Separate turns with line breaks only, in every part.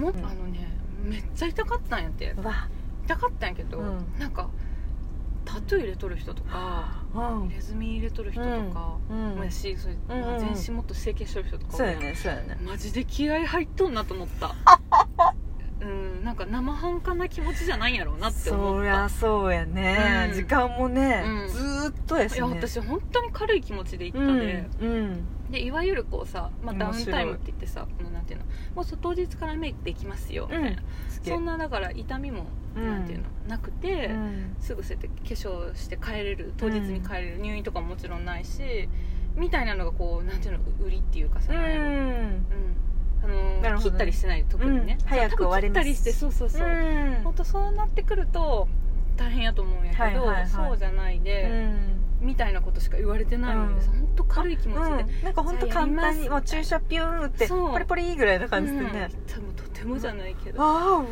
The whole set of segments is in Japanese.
あのねめっちゃ痛かったんやって
うわ
痛かったんやけど、
うん
なんかタトゥー入れとる人とか
うん
入れ墨入れとる人とか、
うん
もやしそれ、
うんうんうん
全身もっと整形してる人とか
そうやねそうやね
マジで気合入っとんなと思った うんなんか生半可な気持ちじゃないんやろうなって思
そ
っ
り
た
ゃそうやね、
うん
時間もね、
うん
ずーっとやし
い
ね
や私本当に軽い気持ちで行
う
った
ん
で、
うん
でいわゆるこうさ、まあ、ダ
面
ウ
白い
ンタイムって言ってさこのなんていうのもうそう当日からメイクできますよみたいな、
好き
そんなだから痛みも、
うん
なんていうのなくて、
うん
すぐそうやって化粧して帰れる当日に帰れる、入院とかももちろんないしみたいなのがこうなんていうの売りっていうかさ、
う
なんやろうん
ん
あのー
なるほどね
切ったりしてない特にね、
うん早く終わります
多分切ったりしてそうそうそう、
うん
本当そうなってくると大変やと思うんやけど、
はいはいはい
そうじゃないで、みたいなことしか言われてないもんです、
うん
本当軽い気持ちで、
うん、なんか本当簡
じゃあや
単
ります
にもう注射ピューンって
そう
ポリポリぐらいな感じでね、
うん多分とてもじゃないけど
わ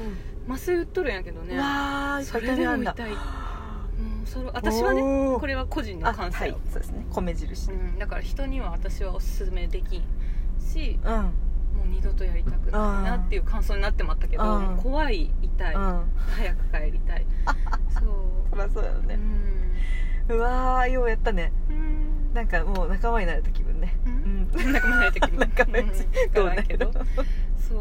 麻酔打っとるんやけど
ー、
ねも
わー
それでも痛いうんそれ私はねこ
れ
れは個人の
あ
感
は
想
いそうですね米印
う
ね
ん、だから人には私はおすすめできんし
うんうん
もう二度とやりたくないなっていう感想になってまったけど、
うん
もう怖い痛い、早く帰りた いそう
そりゃそうやろ
う
ね、
ん
うわーようやったね
うん
なんかもう仲間になれた気分ね
う
うんん
仲 間になれた けど
仲間内どうなる
そうそう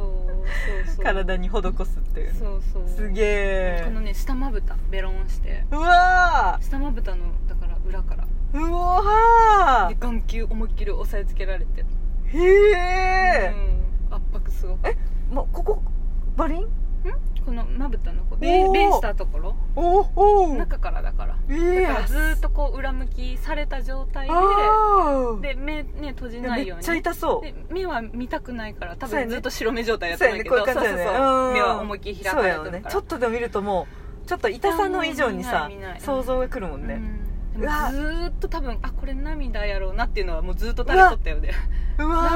そう
体に施すっていうね
そうそう
すげ
この
え
ね下まぶたベロンして
うわ
下まぶたのだから裏から
ーうわ
で眼球思いっきり押さえつけられて、
ーへえ、
うん、圧迫すごく
もうここバリン
このまぶたのこうベ
おー
ベーしたところ
おーおー
中からだから
い
だか
や
らずーっとこう裏向きされた状態
あー
でで目ね閉じないよう
めっ
に
ちゃ痛そう
で目は見たくないから多
そうや
分
ね
ずっと白目状態だっ
そ
た
うん
だ
やね
け
こ
ど
ういう
そう
感
そ
じ
う
だ
そう
よねうん
目は思いっきり開か
そう
れ
や
てる
ろ
か
うね
ら
ちょっとでも見るともうちょっと痛さの以上にさ
見ない見ない
想像がくるもんね、
うんでも
うわ
ずーっと多分あこれ涙やろうなっていうのはもうずーっと垂れとったよね
う
涙
わー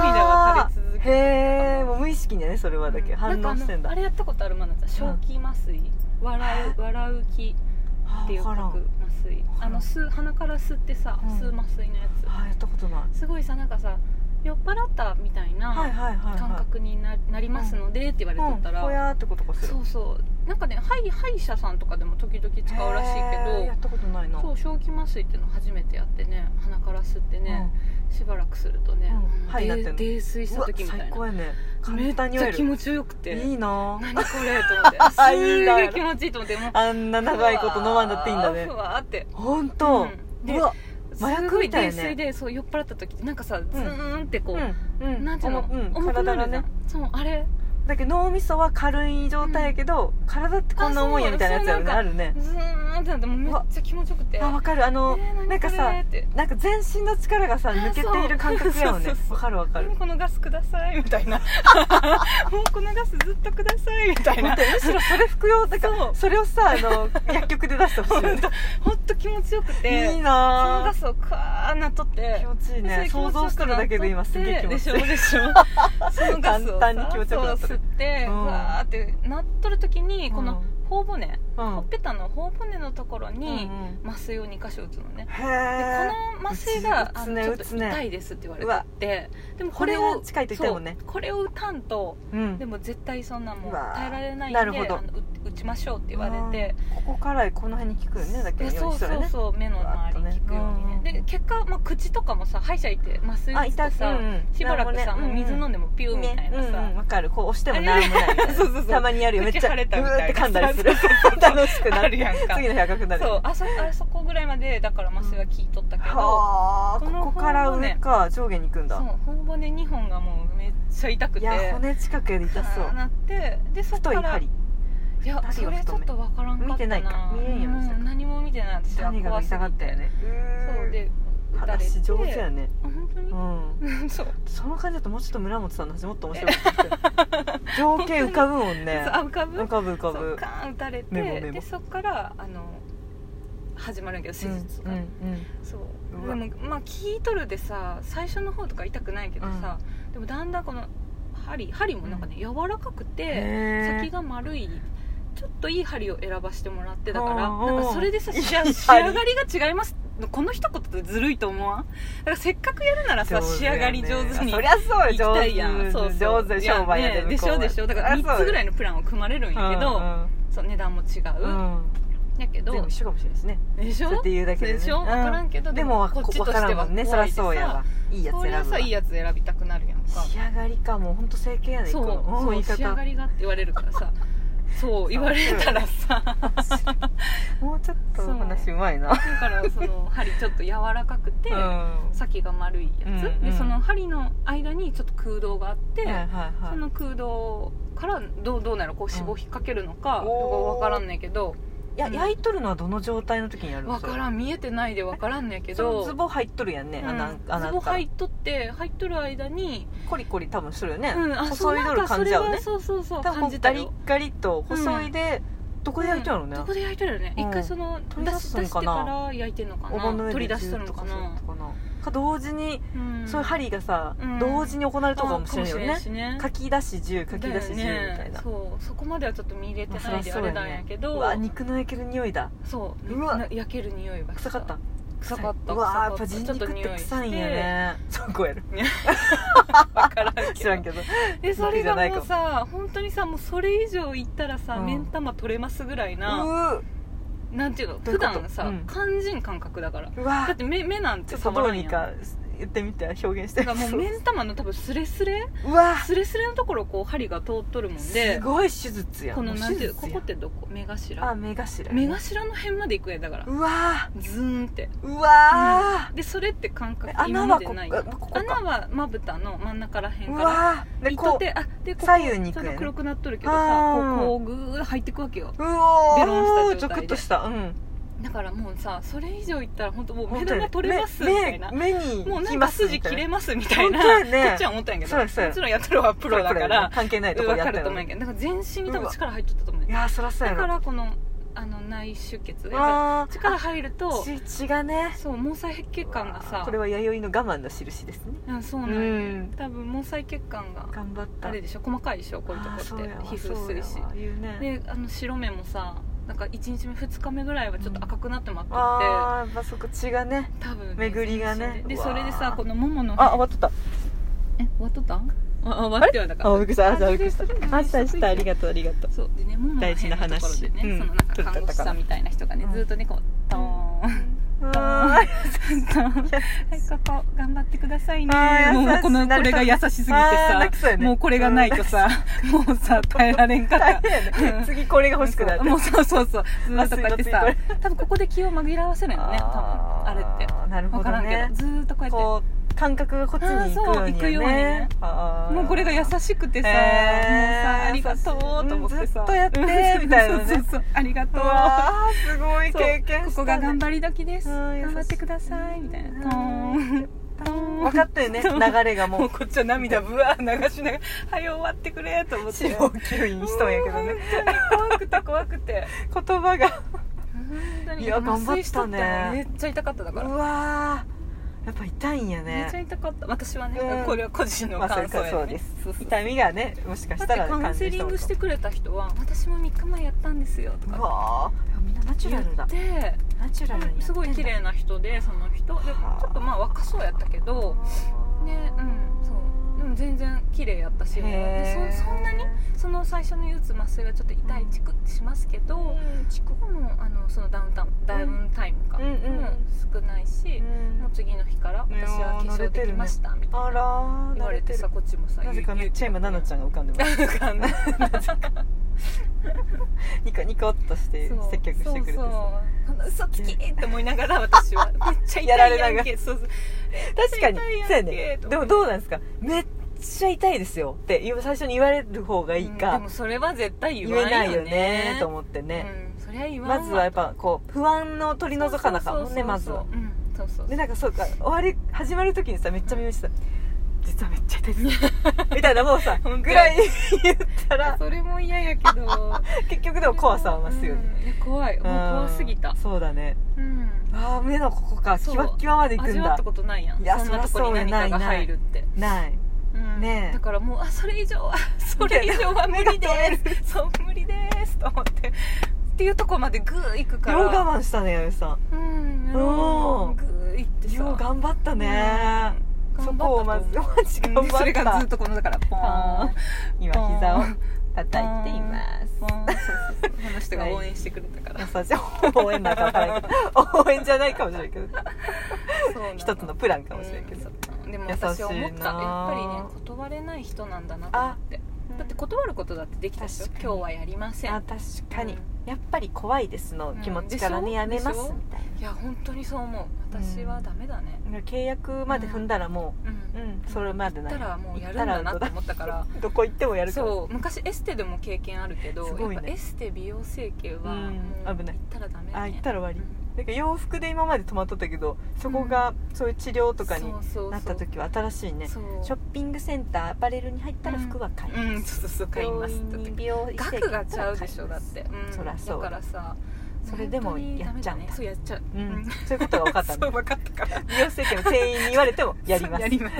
は垂れ続けて
へえもう無意識にはねそれはだけ、
うん
反応してん
なかあのあ
だ
れやったことあるまなちゃん正気麻酔、笑う笑う気
あ
っていう書
わ
く
から
麻
ん
酔
わから
あ
ん
の吸う鼻から吸ってさ、
うん
吸う麻酔のや
あやったことない
つすごいさなんかさ酔っ払ったみたい
はい
な
はいはいはい
感覚にななりますのでって言われとった
うん、
ら、
こやーってことかする
そうそうなんかね歯医歯医者さんとかでも時々使うらしい
へーやっ
け
たことないな
どそう正気麻酔っていうの初めてやってね鼻から吸って
う
ね、しばらくするとね、
うん
もう
はいなってんの
泥酔し
ん、う
た
わ
時みたい
最
な
高やね
め
簡
っ
単に
ち
酔え
ゃ気
る
持ちよくて
いいなー
何これと思って あす
いいな
げえ気持ちいいと思ってもう
あんな長いこと飲まんだっていいんだね
ふわーふわーって
ほんと、
うん
う
で
わ
す
麻薬
ごい
みたいね
泥酔でそう酔っ払った時ってなんかさズーンってこう、
うんうん
なんていうの、
おもうん
重くな
体
る
が
じゃん、
ね
そうあれ
だけど脳みそは軽い状態やけど、体ってこんな重いやみたいなやつやろね
あ
あるね
ズーンってなってもうめっちゃ気持ちよくて
あわかるあの、
えー何
なんか
こ
さ
れって
なんか全身の力がさ抜けている感覚やもんね
そうそうそう
わかるわかる
何このガスくださいみたい なもうこのガスずっとくださいみたい
待
な
ってむしろそれ服用だか
そ
ら
う
それをさあの薬局で出してほしいよね
ほんと気持ちよくて
いい
その
な
ガ
ぁ
スをカーなっとって
気持ちいい
それ
ね
気持
想
ちよくなっとって
像してるだけで今すげえ気持ちい
でしょ
い
でしょ そのガスをさ
簡単に気持ちよくなっとる
そう吸って
う
ふ
ん
わーってなっとる時にこ
うん
の頬骨、
う
ほ
ん
っぺたの頬骨のところに
うんうん
麻酔を2箇所打つのねで
へ
こ
え
の麻酔が
打
あ
つ
の
ね
ちょっ
打
と
つね
痛いですって言われ
うわ
ててでもこ
こ
れ
れ
を
を近いと痛いもんね
そうこれを打たんと
うん
でも絶対そんなもん
うわ
耐えられないんで
なるほど
あの打打ちましょうって言われて
うんここからこの辺に効くよねだけ
で
どよ
そう
一緒
そ
だ
う
ね
そう目の周りに効くように
わーっとね
ねで結果、まあ、口とかもさ歯医者行って麻酔
あ
打つ
痛
と
さ、
さしばらくさ、もう水飲ん
で
でもピューみたいな
わ、うん
さ、
わかるこう押してもなんもないみたいな
そうそうそう
たまにやるよめっち
口
ゃ
腫れたみたいな
うーって噛んだりする楽しくな
あ
る
るやんか
次の日赤くなる
そうあそあそこぐらいまでだから麻酔は効いとったけど、
はあ
この
ここから上か上下に行くん
そう
だ
頬骨2本がもうめっちゃ痛くて
いや骨近くで痛そう
あーなってでそっ
太
か
い
ら
針
いや
針
そ
を
れちょっとわからんかったな
見てないか見えんようにしたか
うん何も見てない私は
何が
怖すぎ
痛
て
かったよね
そうで
うーん
打たれて
話上手やね
あ本当
う
に、
ん
そう
その感じだともうちょっと村本さんの話もっと面 白かったですけど情景浮かぶもんね
そうあ浮かぶ
浮かぶ浮か
そう
ぶ
カーン打たれて
メモメモ
でそっからあの始まるんやけど手術が、
うんうん
そう
う
で
わ
もまあ聞いとるでさ最初の方とか痛くないけどさ、でもだんだんこの針針もなんかね、柔らかくて
へー
先が丸いちちょっといい針を選ばしてもらってだから
うんうん
なんかそれでさ
いい
仕上
針
仕上がりが違いますのこの一言ってずるいと思わんだからせっかくやるならさ、仕上がり上手に
そりゃそう
行き
よ
た
上
いやん
手
そうそう
上手
いや
商売やで
ねでしょでしょだから3つぐら
い
いのプランを組まれるんやけど、そう値段も違う、
うん
やけ
でも
ど
一緒かもしれないですね
でし
そうや
ょ
って言うだけでね
でしょ分
う
からんけど
でもわ
こっちと
わ
して
からんも
は
んねそり
怖いでさ
ゃそうやわいいやつ
そりゃ
選ぶ
さ
わ
いいやつ選びたくなるやんか
仕上がりかもうほんと整形やね
そう
一個のん
そう
言い
仕上
方
がりがって言われるからさそう言われたらさ
もうちょっと
そう
話うまいな
だからその針ちょっと柔らかくて、
うん
先が丸いやつ、
うんうん
でその針の間にちょっと空洞があって、
はいはいはい
その空洞からどうどうなるこう脂肪引っ掛けるのか、
うん
どこか分からんねんけど
いや
うん
焼いとるのはどの状態の時にやるんで
分
すか
からん見えてないで分からんねんけ
その
ど
ツボ入っとるやんね
うん
穴穴
ツボ入っとって入っとる間に、
コリコリ多分するよね
うん、あそう
細いどる感じや
な
よ
ん
ね
かそれはそうそうそう
多分
感
こ
じ
う
た
ガ
よ
リッガリッと細いでどこで焼いてるのね
どこで焼いてるよね、
うん
一回その出
取り出
し
す
出
の
して
かな
から焼いてんのか
お盆
な
の上
取り出し
ず
と
っ
るの
と
か
かそういう
な
のかなか同時に
うん
そういう針がさ
うん
同時に行われたかもしれないよ
あ
ね
かもしれんしね
書き出し10書き出し10みたい
だよね
な
そうそこまではちょっと見れて
まあそ
な
り
い
ゃ
で
そ
あ
う
れ
よ
なんや
ね
け
う
ど
わ肉の焼ける匂いだ
そう
うわ
な焼ける匂いが
臭かった
臭かった
うわーやっぱ
臭
人
かた
肉って臭いんや
ち
ねそうこうやる
ょっと匂いしてわからん
知
け
らん
ど
けど
でそれがもう
僕じ
さ本当にさもうそれ以上いったらさ、
うん
目ん玉取れますぐらいうな、
ー
なんていうの
どう
普
いうこと
段さ、
うん
肝心感覚だから
うわ
だって目目なん
ち
て
ょっと
た
ど
まら
うん
や
に
ん
か言ってみて表現して
だ からもう目ん玉の多分スレスレ
うわ
スレスレのところをこう針が通っとるもんです
ごい手術や
この
もう
なん
手
ていう
術
ここってどこ目
や
頭
あ目頭
目頭の辺まで行くやんだから
うわ
ズーンって
ーうわ
でそれって感覚
え穴
今
は
ま
こ
でないよ
あここか
穴はまぶたの真ん中らへ
ー
ん
う
から
わーで
糸
こう
であでここ
左右に行
ちょっ
くや
と
ん
黒くなっとるけど
あ
さ
ー
こうこうグー入ってくわけよ
うおー
ベロンした状態で
ゾクッとしたうん
だからもうさそれ以上いったら本当もう目玉取れますみ
目
たいな
目に
もうなん
き
か
ます
筋
みた
切
い
れ
な
ますみたいな
本当やね
こっちは思ったんやけど
そうやそうや
もちろんやってるはプロだか
プロや
ら
ね関係ないとこ
分
や
か
っ
る
てる
と思うんやけどだから全身に多分力入っとったと思うん
い
や
やーそらそうや
だ
ろ
からこのあの内出血やっぱ
あ
り力入ると
ー血血がね
そう毛細血管がさ
これは弥生の我慢の印ですね
うんそう
う
なんや
ん
多分毛細血管が
頑張った
あれでしょ細かいでしょこういうとこ
あーそ
っ
う
て
やわ
皮膚薄いし
そうやわ言うね
であの白目もさなんか1日目2日目ぐらいはちょっと赤くなってまっとって、
あーやっぱそこ血がね
多分ね
巡りがね
で
うわー
それでさこのももの
あ終わっとった
え終わっとったんああ終わってはだから
あびっくりしたあびっくりした
あ
あしたしたあり
が
がとうありがとう
そうでねももの
大事な
辺のところでね、
話うん
そのなんか看護師さんみたいな人がね、
うん
ずっとねこうトーン、
う
トーン
わー
はいここ頑張ってくださいね
あー優しい
もうこのこれが優しすぎて
あー
さ
泣きそうやね
もうこれがないとさもうさ耐えられんかった
大変やね 次これが欲しくなる
もうそうそうそうずーっとこうやってさ
麻酔の
多分ここで気を紛らわせるんよね多分あれって
ーなる
分
ほ
か
ど
らんけ
ね
どずーっとこうやって
こう感覚がこっちに行くように
あーそう行くようにね
ねあー
もうこれが優しくてさ、
へー
もうさありがとうと思ってさ、
うんずっとやってみたいなね
そうそうそうありが
う
とう
わーすごい
そう
経験したね
ここが頑張り時です
うん
頑張ってくださいみたいなトーントーン
分かったよね流れが
も
も
う こっちは涙ぶわー流しながら「はい終わってくれ」と思
う
って
死亡吸引しとんやけどね
本当に怖くて怖くて
言葉が
本当に
いや
麻酔
頑張ったね
しとのめっちゃ痛かっただ
う
から、
わーやっぱ痛いんや
めっちゃ
ね
痛かった私はね、
うん
これは個人の
まあそ
感
う
想や
か
ね、
そうです
そうそう
痛みがねもしか
だ
し
ったて
ら
カウンセリングしてくれた人は「私も3日前やったんですよ」と
う
か
わーみんなナチュ
言
ラルだ
って
ナチュラルにやってんだ
すごい綺麗な人でその人で
はあ
ちょっとまあ若そうやったけどねうんそうでも全然綺麗やったし
へ
で
ー
そそんなにその最初に打つ麻酔がちょっと痛いチクってしますけど、
うん
チクもあのそのダウンタウンダウンタイムか、
うんうん
も少ないし、もう次の日から
いやー
私は化粧できましたみたい
あ
な
らー
言われてさこっちもさ
なぜかめっちゃ今ナナちゃんが浮か んでます
ゃんかんない
ニコニコっとして
そう
接客してくれて
そう
さ
そうあの 嘘つきって思いながら私はめっちゃ
やら
痛
れ
いや
なんが
けそうそう
確かに
痛いやん
そうやね
け
でもどうなんですかめっちゃ痛いですよって言う最初に言われる方がいい
うんで
か
もそれは絶対言
言
わ
えないよ
よ
ね
ね
と思ってね
うんそりゃ言わんわ
まずはやっぱこう不安の取り除かなあかんもんねまずは
うんそうそう
でなんかそうか終わり始まる時にさめっちゃ見ました実はめっちゃ痛いです みたいなもうさ
本当
ぐらい 言ったら
それも嫌やけ ど
結局でも怖さは増すよね、
うんいや怖いもう怖すぎた
うんそうだね
うん
ああ目のここか
そう
キワッキワまで行くん
味わ
だ
ったことないやん
いや
そんなとこ
そりゃそうや
に何かが
ないない
入るって
ない
うん
ねえ
だからもうあそれ以上はそれ以上は無理ですそう無理です
と思って
っていうとこまでグー行くから
よう我慢したね弥生さん
うんや
う
ろ
ん
うグー行ってさ
よう頑張ったね
うん
そこをまず
頑張っ
マジ
たと思うう
頑張っ
ん
た
それがずっとこのだからポーン
今膝を叩いています
ポーンそうそうそうこの人が応援してくれたから
優しい応援なんか叩いて応援じゃないかもしれないけど
そうな
一つのプランかもしれないけど
うんでも私は思っ
優しい
た
な
やっぱりね断れない人なんだなと思ってだって断ることだってできたでしょ
確かに
今日はやりません
あ確かに、
うん
やっぱり怖いですの気持ちから
うん
ねやめますみたい
いや本当にそう思う私はダメだね
な契約まで踏んだらも
うん
う、うんそれまで
行っ
な
た
い
らもうやるんだなって思ったから
どこ行ってもやるから
そう昔エステでも経験あるけど
すごいね
やっぱエステ美容整形は
うん
もう
危な
行っ
い
たらダメ
あ
だ
行
ね
ったら終わりなんか洋服で今まで泊まっとったけどそこがそういう治療とかになった時は新しいね
シ
ショッピングセンターアパレルに入ったら服は買い
うん
ま
うん
す、
そうそうそう買いますって
病院に美容整形
額がちゃうでしょだって、うん、
そらそう
だからさ
それでも
本当にダメだね
やっちゃうんだ
そうやっちゃう
う
うんん、
そういうことが分かっ た
そう
の
分かったから
美容整形の店員に言われてもやります
やり ます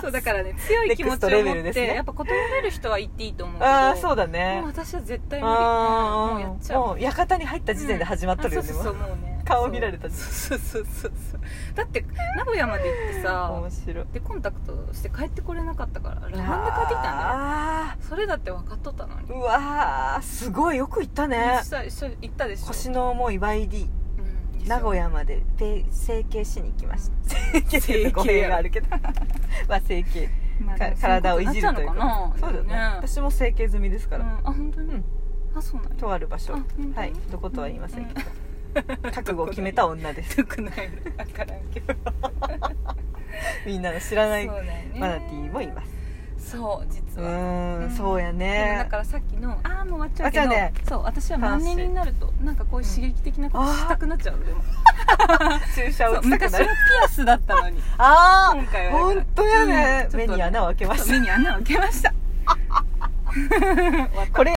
そうだからね強い気持ちを
ネクストレベ
持
ル
っ
で
て、
すね
やっぱ断れる人は言っていいと思うけど
ああそう
だ
だね
もう私は絶対無理もうや
あ
っち
あ
ゃう
もう館に入った時点で始まっとるよね、
うんあそうそうそうもうね
顔見られた
そうそうそうそうそうだって名古屋まで行ってさ
面白い
でコンタクトして帰ってこれなかったからラブンで帰ってきたんだよ
あ
それだって分かっとったのに
ーうわーすごいよく行ったね
実際一緒に行ったでしょ
腰の重い YD
うん一緒
名古屋までで整形しに行きました整形っていうと語
整形
弊があるけど まあ整形
まあ
か体をいじるという
そう
か
うことになっちゃ
そう
のか
うだね
な
私も整形済みです
う
か
ん
ら、
あ本当
う
に
ん
あそうなんや
とある場所
あ本当に
はいどことは言いませんけど、
うん
覚悟を 決めた女です
よくないわからんけど
みんなの知らない
そう
マ
だよね
ナティーもいます
そう実
う
は
ー
うんん
そうや
でもだ
ね
からさっきのああもう終わっちゃうけど
終わっちゃうね
そう私は万年になるとなんかこういう刺激的なことしたくなっちゃうのでも
注射
そ
を
う
打ちたく
昔
な
はピ
る
アスだったのに
あ
今回
あ
はだから
本当やね
うんちょっと
目に穴を開けま
そう
した
目に穴を開けました終わった
これ